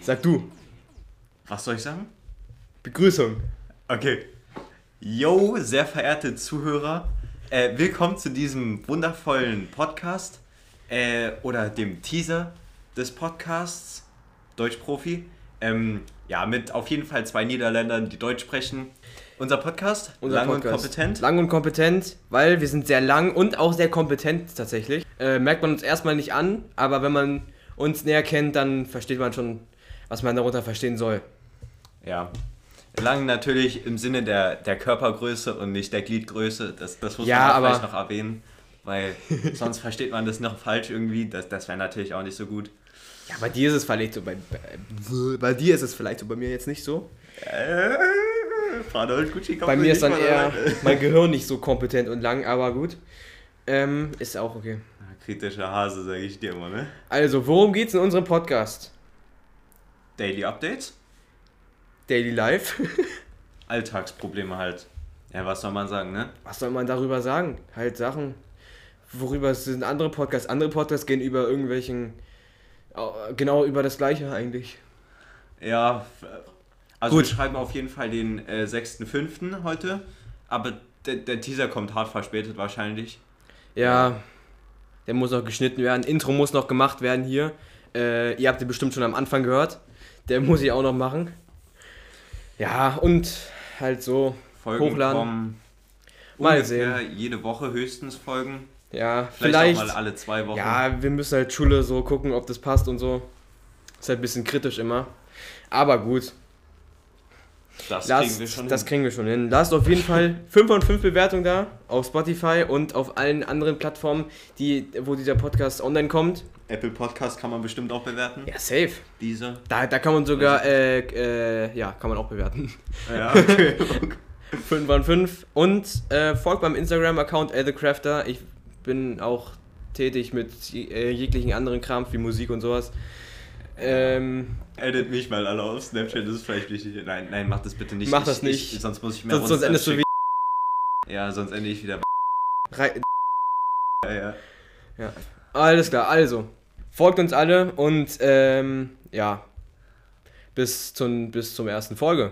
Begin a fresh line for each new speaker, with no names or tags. Sag du,
Was soll ich sagen?
Begrüßung.
Okay. Yo, sehr verehrte Zuhörer, äh, willkommen zu diesem wundervollen Podcast äh, oder dem Teaser des Podcasts Deutschprofi. Ähm, ja, mit auf jeden Fall zwei Niederländern, die Deutsch sprechen. Unser Podcast,
Unser
lang und
Podcast.
kompetent.
Lang und kompetent, weil wir sind sehr lang und auch sehr kompetent tatsächlich. Äh, merkt man uns erstmal nicht an, aber wenn man uns näher kennt, dann versteht man schon, was man darunter verstehen soll.
Ja. Lang natürlich im Sinne der, der Körpergröße und nicht der Gliedgröße. Das, das muss
Ja,
man
aber-
vielleicht noch erwähnen, weil sonst versteht man das noch falsch irgendwie. Das, das wäre natürlich auch nicht so gut.
Ja, bei dir ist es vielleicht so, bei, bei, bei dir ist es vielleicht so, bei mir jetzt nicht so.
Äh, Fradolf Gucci kommt
Bei mir
nicht
ist dann
mal
eher
rein.
mein Gehirn nicht so kompetent und lang, aber gut. Ähm, ist auch okay.
Kritischer Hase, sage ich dir immer, ne?
Also, worum geht's in unserem Podcast?
Daily Updates,
Daily Life.
Alltagsprobleme halt. Ja, was soll man sagen, ne?
Was soll man darüber sagen? Halt Sachen, worüber es sind andere Podcasts. Andere Podcasts gehen über irgendwelchen, äh, genau über das Gleiche eigentlich.
Ja, f- also
Gut.
wir schreiben auf jeden Fall den äh, 6.5. heute, aber der, der Teaser kommt hart verspätet wahrscheinlich.
Ja, der muss noch geschnitten werden. Intro muss noch gemacht werden hier. Äh, ihr habt den bestimmt schon am Anfang gehört. Der muss ich auch noch machen. Ja, und halt so.
Folgen
Hochladen.
kommen
Mal
ungefähr
sehen.
jede Woche höchstens Folgen.
Ja,
Vielleicht,
äh, vielleicht.
auch mal alle zwei Wochen.
ja, wir müssen halt Schule so gucken, ob das passt und so. Ist halt ein bisschen kritisch immer. Aber gut.
das
Lasst,
kriegen wir schon
das
hin.
kriegen wir schon hin. Lasst auf jeden Fall 5 von 5 Bewertungen da auf Spotify und auf allen anderen Plattformen, die, wo dieser Podcast online kommt.
Apple Podcast kann man bestimmt auch bewerten.
Ja, safe.
Diese.
Da, da kann man sogar, äh, äh, ja, kann man auch bewerten.
Ja, okay.
5 von 5. Und äh, folgt beim Instagram-Account AdTheCrafter. Ich bin auch tätig mit je- äh, jeglichen anderen Kram wie Musik und sowas. Ähm,
Edit mich mal alle auf Snapchat, das ist vielleicht wichtig. Nein, nein, mach das bitte nicht.
Mach
Ich-
das nicht.
Ich, sonst muss ich mehr
sonst, sonst endest du wie.
Ja, sonst ende ich wieder.
Rei-
Ja, ja.
Alles klar, also. Folgt uns alle und ähm, ja. Bis, zum, bis zum ersten Folge.